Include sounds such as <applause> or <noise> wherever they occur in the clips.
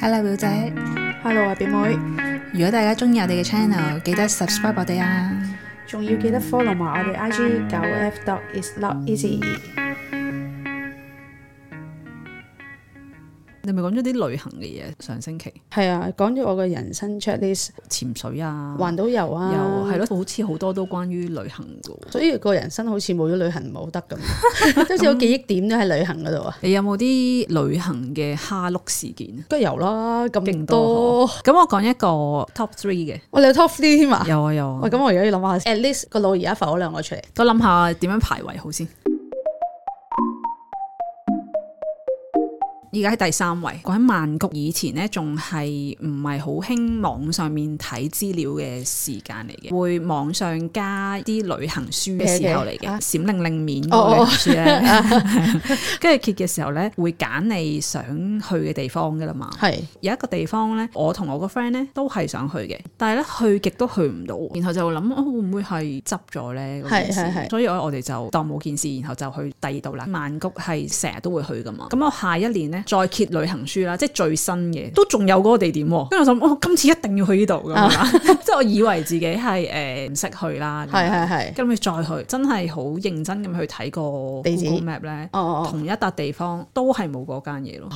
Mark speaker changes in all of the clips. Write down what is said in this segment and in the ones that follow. Speaker 1: Hello 表姐，
Speaker 2: Hello 啊，表妹，
Speaker 1: 如果大家中意我哋嘅 channel，記得 subscribe 我哋啊！
Speaker 2: 仲要記得 follow 埋我哋 IG 九 F dot is not easy。
Speaker 3: 你咪講咗啲旅行嘅嘢，上星期
Speaker 2: 係啊，講咗我嘅人生 checklist，
Speaker 3: 潛水啊，
Speaker 2: 環島遊
Speaker 3: 又
Speaker 2: 啊，
Speaker 3: 係咯，好似好多都關於旅行嘅喎。
Speaker 2: 所以個人生好似冇咗旅行冇得咁， <laughs> 好似個記憶點都喺旅行嗰度啊。
Speaker 3: 你有冇啲旅行嘅蝦碌事件啊？
Speaker 2: 梗係有啦，咁
Speaker 3: 勁
Speaker 2: 多
Speaker 3: 多，嗬咁我講一個 top three
Speaker 2: 哇，你有 top three 添啊
Speaker 3: 嘅，？有啊有啊
Speaker 2: 喂，，咁我而家要諗下，at least 個腦而家浮咗兩個出嚟。
Speaker 3: 都諗下點樣排位好先。而家喺第三位，我喺曼谷以前呢，仲係唔係好興網上面睇資料嘅時間嚟嘅，會網上加啲旅行書嘅時候嚟
Speaker 2: Okay, okay. 啊
Speaker 3: 嘅，閃靈靈面
Speaker 2: 哦
Speaker 3: 嗰
Speaker 2: 哦
Speaker 3: 個旅行書咧， <laughs> 跟住揭嘅時候呢，會揀你想去嘅地方噶啦嘛。
Speaker 2: 係
Speaker 3: 有一個地方咧，我同我個 friend 咧都係想去嘅，但係咧去極都去唔到，然後就諗哦會唔會係執咗咧？嗰件事
Speaker 2: 係係係
Speaker 3: 所以我我哋就當冇件事，然後就去第二度啦。曼谷係成日都會去噶嘛，咁我下一年咧再揭旅行書啦，即係最新嘅，都仲有嗰個地點喎。跟住我就諗，哦，今次一定要去呢度咁樣啦， <laughs> 即係我以為自己係誒唔識去啦，咁樣
Speaker 2: 啊係係啊係，
Speaker 3: 跟住再去，真係好認真咁去睇個
Speaker 2: 地址
Speaker 3: Google Map 咧。
Speaker 2: 哦啊哦哦，
Speaker 3: 同一笪地方都係冇嗰間嘢咯。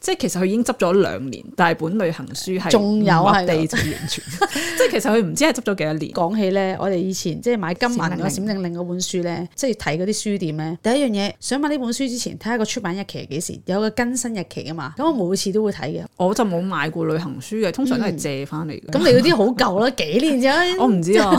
Speaker 3: 即係其實佢已經執咗兩年，但係本旅行書係
Speaker 2: 仲有
Speaker 3: 唔
Speaker 2: 係
Speaker 3: update
Speaker 2: <laughs>
Speaker 3: 完全。即係其實佢唔知係執咗幾多年。
Speaker 2: 講起咧，我哋以前即係買金銀嗰個
Speaker 3: 閃
Speaker 2: 閃令令嗰本書咧，即係睇嗰啲書店咧，第一樣嘢想買呢本書之前，睇下個出版日期係幾時，有個更新日期啊嘛。咁我每次都會睇嘅。
Speaker 3: 我就冇買過旅行書嘅，通常都係借翻嚟嘅。
Speaker 2: 嗯咁你嗰啲好舊啦，幾年哎啫。
Speaker 3: 我唔知
Speaker 2: <laughs>
Speaker 3: 啊，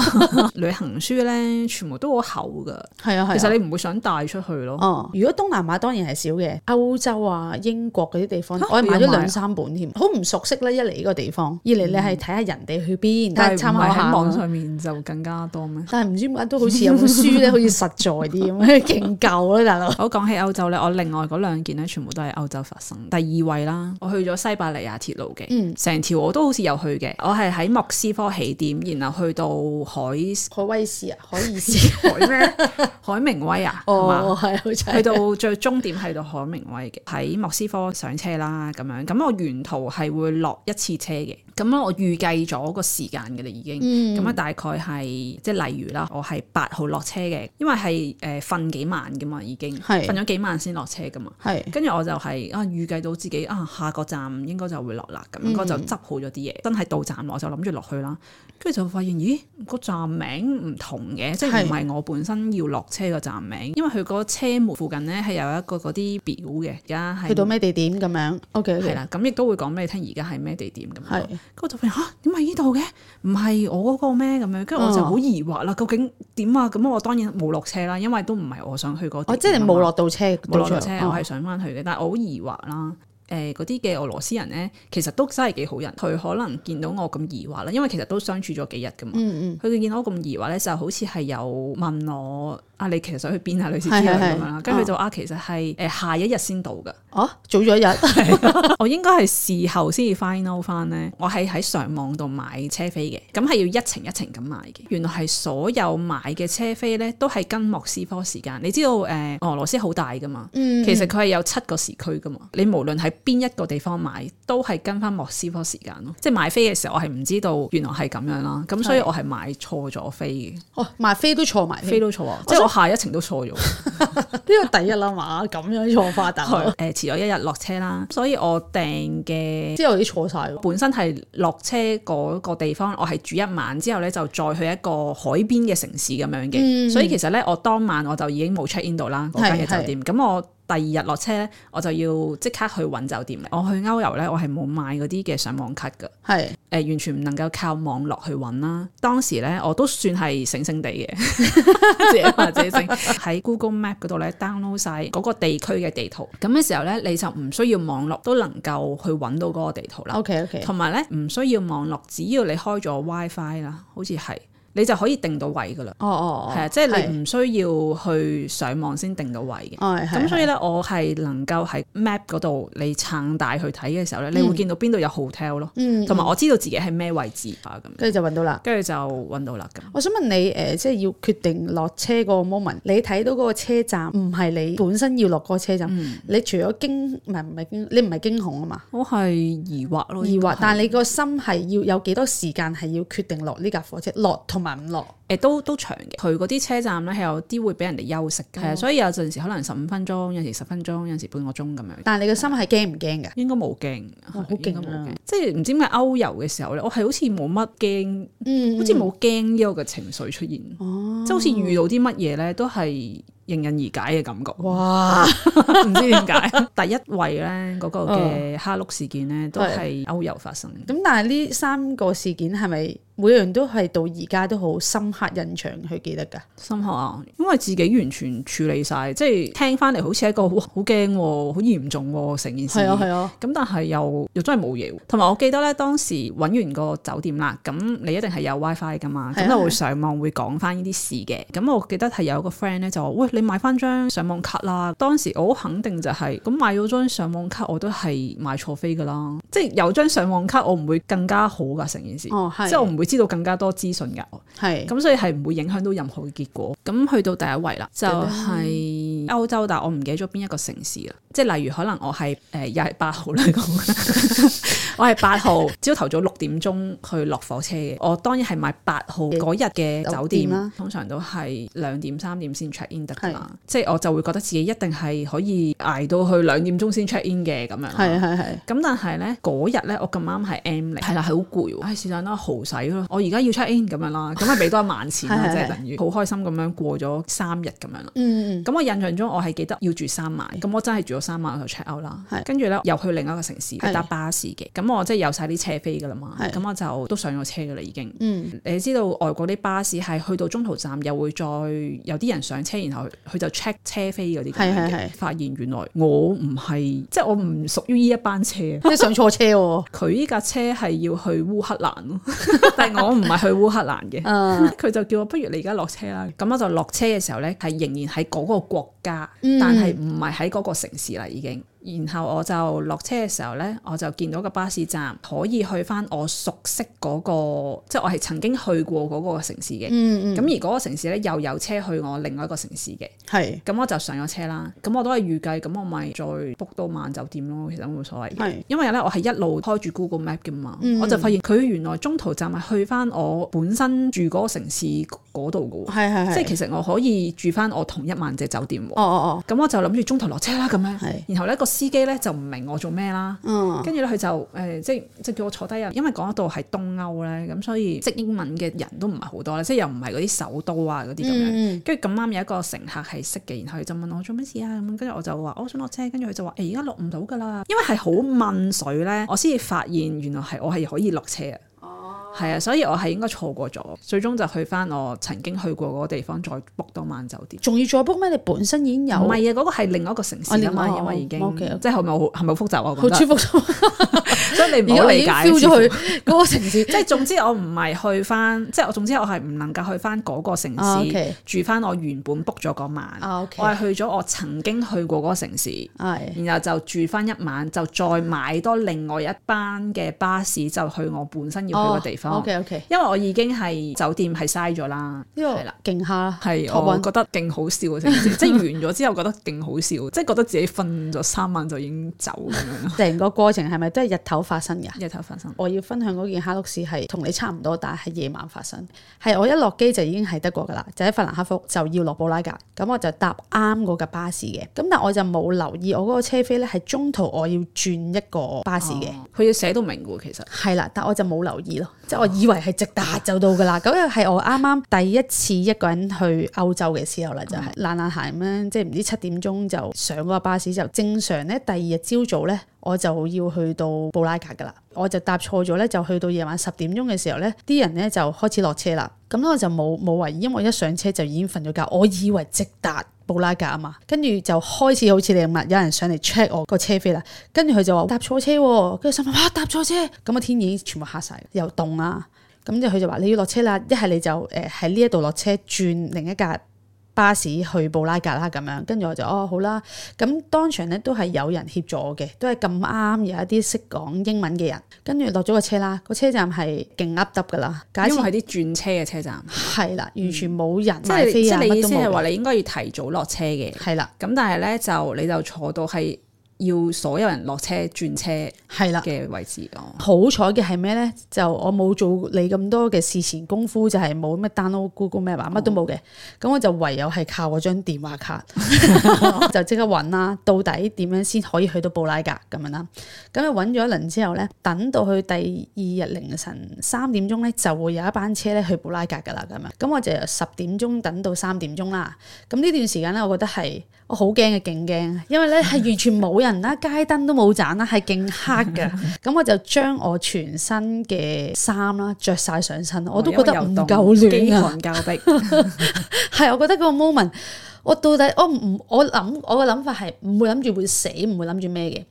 Speaker 3: 旅行書咧全部都好厚噶，
Speaker 2: 係啊係啊。
Speaker 3: 其實你唔會想帶出去咯。
Speaker 2: 哦，如果東南亞當然係少嘅，歐洲啊、英國嗰啲地方，
Speaker 3: 嚇
Speaker 2: 我係買
Speaker 3: 你
Speaker 2: 咗
Speaker 3: 有買啊
Speaker 2: 兩三本添，好唔熟悉啦。一嚟呢個地方，二嚟你係睇下人哋去邊，但
Speaker 3: 但
Speaker 2: 係
Speaker 3: 係
Speaker 2: 參
Speaker 3: 唔
Speaker 2: 考
Speaker 3: 係
Speaker 2: 下啊
Speaker 3: 喺網 <laughs>
Speaker 2: 咯。
Speaker 3: 上面就更加多咩？
Speaker 2: 但係唔知點解都好似有本書咧，好似實在啲咁，勁舊啦，大佬。
Speaker 3: 好講起歐洲咧，我另外嗰兩件咧，全部都喺歐洲發生。第二位啦，我去咗西伯利亞鐵路嘅，
Speaker 2: 嗯
Speaker 3: 成、條我都好似有去嘅。我係喺莫斯科起點，然後去到
Speaker 2: <laughs>
Speaker 3: 海
Speaker 2: 海威士啊，海爾士。
Speaker 3: 海咩海明威啊，係嘛
Speaker 2: 哦，係好似係
Speaker 3: 去到最終點係到海明威嘅，喺莫斯科上車啦咁樣。咁我沿途係會落一次車嘅，咁我預計咗個時間嘅啦已經。
Speaker 2: 嗯
Speaker 3: 咁啊、大概係即係例如啦，我係八號落車嘅，因為係誒瞓幾晚嘅嘛，已經
Speaker 2: 係
Speaker 3: 瞓咗幾晚先落車嘅嘛。
Speaker 2: 係
Speaker 3: 跟住我就係、啊預計到自己啊下個站應該就會落啦，
Speaker 2: 嗯
Speaker 3: 咁應該就執好咗啲嘢，真係到站我就諗住落去啦。跟住就發現咦個站名唔同嘅，即係唔係我本身要落車個站名，因為佢個車門附近咧係有一個嗰啲表嘅，而家係
Speaker 2: 去到咩地點咁樣？OK，
Speaker 3: 係啦，咁亦都會講俾你聽而家係咩地點咁樣。
Speaker 2: 係
Speaker 3: 跟住我就發現嚇點解呢度嘅？唔係我嗰個咩咁樣？跟住我
Speaker 2: 哦
Speaker 3: 就好疑惑啦，究竟點啊？咁我當然冇落車啦，因為都唔係我想去嗰地
Speaker 2: 哦，即係
Speaker 3: 點
Speaker 2: 你
Speaker 3: 啊
Speaker 2: 冇嗯
Speaker 3: 嘛
Speaker 2: 落到車，
Speaker 3: 冇落
Speaker 2: 到哦
Speaker 3: 咗車，我係上翻去嘅，但係我好疑惑啦。誒嗰啲嘅俄羅斯人咧，其實都真係幾好人，佢可能見到我咁疑惑啦，因為其實都相處咗幾日噶嘛。
Speaker 2: 嗯
Speaker 3: 佢見到我咁疑惑咧，就好似係有問我啊，你其實想去邊啊，類似之
Speaker 2: 係
Speaker 3: 類
Speaker 2: 係係
Speaker 3: 咁樣啦。跟住佢就話啊，其實係誒下一日先到㗎。
Speaker 2: 嗯，哦，早咗一日， <laughs>
Speaker 3: 我應該係事後先至 find out 翻咧，我係喺上網度買車飛嘅，咁係要一程一程咁買嘅。原來係所有買嘅車飛咧，都係跟莫斯科時間。你知道誒、呃俄羅斯好大噶嘛？其實佢係有七個時區噶嘛。你無論喺邊一個地方買，都係跟翻莫斯科時間咯。即係買飛嘅時候，我係唔知道原來係咁樣啦。咁所以我係買錯咗飛嘅，
Speaker 2: 哦，買飛都錯埋
Speaker 3: 飛
Speaker 2: 添，呢
Speaker 3: 都錯啊！即係我下一程都錯 <laughs> 咗。
Speaker 2: 個第一啦嘛，咁樣錯
Speaker 3: <laughs>
Speaker 2: 法大佬
Speaker 3: 誒、呃、遲咗一日落車啦，所以我訂嘅。
Speaker 2: 之後啲錯晒喎，
Speaker 3: 本身係落車嗰個地方，我係住一晚之後咧，就再去一個海邊嘅城市咁樣嘅。所以其實咧，我當晚我就已經冇 check in 到啦嗰間嘅
Speaker 2: 嗯係
Speaker 3: 酒店。咁我第二日落車咧，我就要即刻去揾酒店。我去歐遊咧，我係冇買嗰啲嘅上網卡㗎。
Speaker 2: 係
Speaker 3: 誒、完全唔能夠靠網絡去揾啦。當時咧，我都算係醒醒地嘅， <laughs> 自己話自己醒。喺 Google Map 嗰度咧 download 晒嗰個地區嘅地圖。咁嘅時候咧，你就唔需要網絡都能夠去揾到嗰個地圖啦。
Speaker 2: OK OK，
Speaker 3: 同埋咧唔需要網絡，只要你開咗 WiFi 啦，好似係你就可以定到位噶啦。
Speaker 2: 哦哦，
Speaker 3: 係啊，即係你唔需要去上網先定到位嘅。
Speaker 2: 哦，
Speaker 3: 咁所以
Speaker 2: 咧，
Speaker 3: 咧，我係能夠喺 map 嗰度你撐大去睇嘅時候咧，你會見到邊度有 hotel 咯，
Speaker 2: 嗯，
Speaker 3: 同埋我知道自己係咩位置啊咁樣，
Speaker 2: 跟住就揾到啦。
Speaker 3: 跟住就揾到啦咁。
Speaker 2: 我想問你誒、呃即係要決定落車嗰個 moment，你睇到嗰個車站唔係你本身要落嗰個車站，
Speaker 3: 嗯
Speaker 2: 你除咗驚唔係唔係驚，你唔係驚恐啊嘛，
Speaker 3: 我係疑惑咯，
Speaker 2: 疑惑，但
Speaker 3: 係
Speaker 2: 係你個心係要有幾多時間係要決定落呢架火車，落同埋唔落。
Speaker 3: 誒都都長嘅。佢嗰啲車站咧係有啲會俾人哋休息嘅，係啊，所以有陣時可能十五分鐘，有陣時十分鐘，有陣時半個鐘咁樣。
Speaker 2: 但係你個心係驚唔驚㗎？
Speaker 3: 應該冇驚，
Speaker 2: 哇好勁啊
Speaker 3: 應該冇驚即係唔知點解歐遊嘅時候咧，我係好似冇乜驚，
Speaker 2: 嗯，哦
Speaker 3: 好似冇驚呢個嘅情緒出現，即係好似遇到啲乜嘢咧都係迎刃而解嘅感覺，
Speaker 2: 哇，
Speaker 3: <laughs>
Speaker 2: 哦
Speaker 3: 唔知點解。第一位咧嗰個嘅蝦碌事件咧，都係歐遊發生嘅。
Speaker 2: 咁但係呢三個事件係咪每樣都係到而家都好深刻印象去記得㗎？
Speaker 3: 深刻啊，因為自己完全處理晒，即係聽翻嚟好似係一個哇好驚喎，好嚴重喎成件事。
Speaker 2: 係啊係啊，
Speaker 3: 咁但係又又真係冇嘢喎，同埋我記得咧，當時揾完個酒店啦，咁你一定係有 WiFi 噶嘛，
Speaker 2: 係啊
Speaker 3: 咁就會上網會講翻呢啲事嘅。咁我記得係有個 friend 咧就話：喂，你買翻張上網卡啦！當時我好肯定就係、咁買咗張上網卡，我都係買錯飛噶啦，即係有張上網卡，我唔會更加好噶成件事，
Speaker 2: 哦係，
Speaker 3: 即係我唔會知道更加多資訊噶。
Speaker 2: 係
Speaker 3: 咁所以係唔會影響到任何嘅結果。咁去到第一位啦，就係歐洲，但我唔記得咗邊一個城市啦。即係例如可能我係誒、呃又係八號啦，
Speaker 2: <laughs>
Speaker 3: 講我係八號，朝頭早六點鐘去落火車嘅。我當然係買八號嗰日嘅酒
Speaker 2: 酒
Speaker 3: 店
Speaker 2: 店啦
Speaker 3: 通常都係兩點三點先 check in 得㗎
Speaker 2: 係
Speaker 3: 嘛。即係我就會覺得自己一定係可以捱到去兩點鐘先 check in 嘅咁樣啦。
Speaker 2: 係啊係係。
Speaker 3: 咁但係咧嗰日咧，我咁啱係 M 嚟，係啦，係好攰喎。唉，是但啦，豪使咯。我而家要 check in 咁樣啦，咁啊俾多一萬錢啦，
Speaker 2: 係係
Speaker 3: 即係
Speaker 2: 係
Speaker 3: 等於好開心咁樣過咗三日咁樣啦。
Speaker 2: 嗯，
Speaker 3: 咁我印象中我係記得要住三晚，咁我真係住咗三晚我就 check out 啦
Speaker 2: 係。
Speaker 3: 跟住咧又去另一個城市
Speaker 2: 係
Speaker 3: 搭巴士嘅，咁我即係有晒啲車飛噶啦嘛，
Speaker 2: 係
Speaker 3: 咁我就都上咗車噶啦已經。
Speaker 2: 嗯，
Speaker 3: 你知道外國啲巴士係去到中途站又會再有啲人上車，然後佢就 check 車飛嗰啲咁樣
Speaker 2: 係係係
Speaker 3: 嘅，發現原來我唔係即係我唔屬於呢一班車。啊
Speaker 2: 即係上錯車
Speaker 3: <laughs>
Speaker 2: 喎。
Speaker 3: 佢呢架車係要去烏克蘭
Speaker 2: <laughs>
Speaker 3: 咯，但係我唔係去烏克蘭嘅。
Speaker 2: 嗯
Speaker 3: 佢就叫我不如你而家落車啦，咁我就落車嘅時候呢，係仍然喺嗰個國家，
Speaker 2: 嗯
Speaker 3: 但係唔係喺嗰個城市啦已經。然後我就落車嘅時候呢，我就見到個巴士站可以去翻我熟悉嗰、個，即係我係曾經去過嗰個城市嘅。咁、
Speaker 2: 嗯嗯，
Speaker 3: 而嗰個城市呢，又有車去我另外一個城市嘅。
Speaker 2: 係
Speaker 3: 咁我就上咗車啦，咁我都係預計，咁我咪再 book 到晚酒店咯，其實冇所謂。
Speaker 2: 係
Speaker 3: 因為咧，我係一路開住 Google Map 嘅嘛，
Speaker 2: 嗯
Speaker 3: 我就發現佢原來中途站係去翻我本身住嗰個城市嗰度嘅
Speaker 2: 係係
Speaker 3: 喎，
Speaker 2: 係，
Speaker 3: 即係其實我可以住翻我同一晚嘅酒店喎。
Speaker 2: 哦哦
Speaker 3: 咁我就諗住中途落車啦，咁樣
Speaker 2: 係，
Speaker 3: 然後咧個司機咧就唔明我做咩啦，
Speaker 2: 哦，
Speaker 3: 跟住咧佢就誒、呃即係即係叫我坐低啊，因為講到係東歐咧，咁所以識英文嘅人都唔係好多啦，即係又唔係嗰啲首都啊嗰啲咁樣。
Speaker 2: 嗯
Speaker 3: 跟住咁啱有一個乘客係識嘅，然後佢就問我做咩事啊咁樣，跟住我就話我想落車，跟住佢就話誒而家落唔到㗎啦，因為係好問水咧，我先至發現原來係我係可以落車啊。係啊，所以我係應該錯過咗，最終就去翻我曾經去過嗰個地方，再 book 多晚酒店。
Speaker 2: 仲要再 book 咩？你本身已經有，
Speaker 3: 唔係啊，嗰、個係另外一個城市啊嘛，
Speaker 2: 哦另外
Speaker 3: 因為已經、
Speaker 2: OK，OK
Speaker 3: 即係係咪好係咪好複雜啊？<laughs>
Speaker 2: 好舒
Speaker 3: 服，
Speaker 2: 服啫。
Speaker 3: 所以你唔好
Speaker 2: 而
Speaker 3: 理解
Speaker 2: 家我已經 feel
Speaker 3: 似乎
Speaker 2: 咗佢嗰個城市，
Speaker 3: 即 <laughs> 係總之我唔係去翻，即係我總之我係唔能夠去翻嗰個城市、
Speaker 2: 啊，OK
Speaker 3: 住翻我原本 book 咗嗰晚。
Speaker 2: 啊，OK
Speaker 3: 我係去咗我曾經去過嗰個城市，
Speaker 2: 係
Speaker 3: 然後就住翻一晚，就再買多另外一班嘅巴士，就去我本身
Speaker 2: 哦
Speaker 3: 要去嘅地方。
Speaker 2: OK OK，
Speaker 3: 因為我已經係酒店係嘥咗啦，
Speaker 2: 呢個
Speaker 3: 係啦。
Speaker 2: 勁下啦，
Speaker 3: 係，
Speaker 2: Top
Speaker 3: 我
Speaker 2: one
Speaker 3: 覺得勁好笑嘅成件
Speaker 2: <laughs>
Speaker 3: 事，即係完咗之後覺得勁好笑，即係覺得自己瞓咗三晚就已經走咁樣啦。
Speaker 2: 成個過程係咪都係日頭發生㗎？ <laughs>
Speaker 3: 日頭發生，
Speaker 2: 我要分享嗰件哈碌事係同你差唔多，但係夜晚發生。係我一落機就已經喺德國㗎啦，就喺法蘭克福就要落布拉格，咁我就搭啱嗰架巴士嘅。咁但我就冇留意我嗰個車飛咧，係中途我要轉一個巴士嘅。
Speaker 3: 哦佢要寫到明嘅喎，其實
Speaker 2: 係啦，但我就冇留意咯，即係我以為係直達就到噶啦。咁又係我啱啱第一次一個人去歐洲嘅時候啦，就係懶懶閒咁樣，即係唔知七點鐘就上嗰個巴士，就正常咧。第二日朝早咧，我就要去到布拉格噶啦，我就搭錯咗咧，就去到夜晚十點鐘嘅時候咧，啲人咧就開始落車啦。咁咧我就冇冇懷疑，因為我一上車就已經瞓咗覺，我以為直達。布拉格啊嘛，跟住就開始好似你咁啦，有人上嚟 check 我個車飛啦，啊跟住佢就話搭錯車喎，跟住心諗哇搭錯車，咁個天已經全部黑晒，又凍啦，啊咁就佢就話你要落車啦，一係你就誒喺呢一度落車轉另一架。巴士去布拉格啦咁樣，跟住我就哦好啦，咁當場咧都係有人協助我嘅，都係咁啱有一啲識講英文嘅人，跟住落咗個車啦，個車站係勁噏耷噶啦，假
Speaker 3: 因為
Speaker 2: 設
Speaker 3: 係啲轉車嘅車站，
Speaker 2: 係啦，完全冇人
Speaker 3: 即
Speaker 2: 買
Speaker 3: 係
Speaker 2: 飛
Speaker 3: 即
Speaker 2: 啊，
Speaker 3: 係你
Speaker 2: 乜
Speaker 3: 意
Speaker 2: 都
Speaker 3: 思係
Speaker 2: 冇
Speaker 3: 話
Speaker 2: 嘅，
Speaker 3: 你應該要提早落車嘅，咁
Speaker 2: 係啦
Speaker 3: 但係咧就你就坐到係要所有人落車轉車
Speaker 2: 係啦。
Speaker 3: 嘅位置哦。
Speaker 2: 好彩嘅係咩呢？就我冇做你咁多嘅事前功夫，就係冇咩 download Google Map 啊乜都冇嘅。咁、我就唯有係靠我張電
Speaker 3: <laughs>
Speaker 2: 話卡，就即刻揾啦，到底點樣先可以去到布拉格咁樣啦。咁啊揾咗一輪之後呢，等到去第二日凌晨三點鐘呢，就會有一班車咧去布拉格噶啦咁樣。咁我就由十點鐘等到三點鐘啦。咁呢段時間呢，我覺得係我好驚嘅，勁驚，
Speaker 3: <laughs>
Speaker 2: 因為呢係完全冇人啦，街燈都冇盞啦，係勁黑
Speaker 3: <laughs>
Speaker 2: 嘅。咁我就將我全身嘅衫啦着晒上身，我都覺得
Speaker 3: 哦因為
Speaker 2: 唔
Speaker 3: 又凍
Speaker 2: 夠
Speaker 3: 飢
Speaker 2: 暖啊！
Speaker 3: 寒交迫。
Speaker 2: <laughs> 係，我覺得嗰個 moment，我到底我唔我諗我嘅諗法係唔會諗住會死，唔會諗住咩嘅，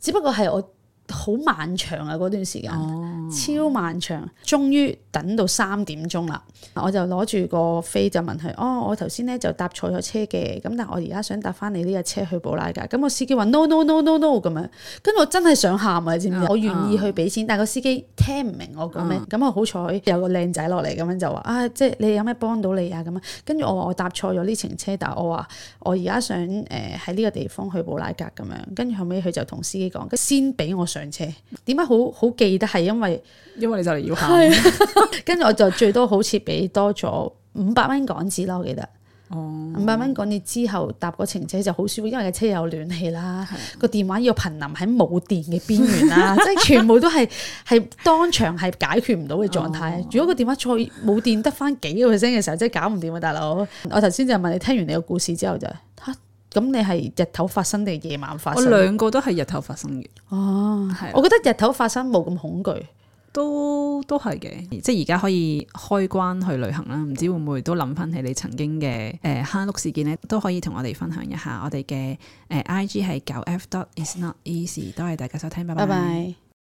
Speaker 2: 只不過係我好漫長啊嗰段時間，超漫長。終於等到三點鐘啦，我就攞住個飛就問佢：哦，我頭先咧就搭錯咗車嘅，咁但係我而家想搭翻你呢架車去布拉格。咁個司機話：no no no no no 咁樣，跟住我真係想喊啊！你知唔知？我願意去俾錢，但係個司機聽唔明我講咩。咁我好彩有個靚仔落嚟，咁樣就話：啊，即係你有咩幫到你啊？咁樣。跟住我話我搭錯咗呢程車，但係我話我而家想誒喺呢個地方去布拉格咁樣，跟住後尾佢就同司機講，先俾我上車。點解好好記得係因為
Speaker 3: <laughs> 因為你就嚟要喊，
Speaker 2: <laughs> 跟住我就最多好似俾多咗五百蚊港紙啦，我記得。
Speaker 3: 哦
Speaker 2: 五百蚊港紙之後搭嗰程車就好舒服，因為架車有暖氣啦，個電話要瀕臨喺冇電嘅邊緣
Speaker 3: <laughs>
Speaker 2: 啦，即係全部都係係當場係解決唔到嘅狀態。
Speaker 3: 哦
Speaker 2: 如果個電話再冇電得翻幾個 percent 嘅時候，真係搞唔掂啊，大佬！我頭先就問你，聽完你個故事之後就嚇，咁你係日頭發生定夜晚發
Speaker 3: 我
Speaker 2: 生？
Speaker 3: 兩個都係日頭發生嘅。哦，係
Speaker 2: 我覺得日頭發生冇咁恐懼。
Speaker 3: 都都係嘅，即係而家可以開關去旅行啦。唔知會唔會都諗翻起你曾經嘅誒慳碌事件咧，都可以同我哋分享一下。我哋嘅誒 I G 係九 F dot is not easy，多謝大家收聽，拜
Speaker 2: 拜拜。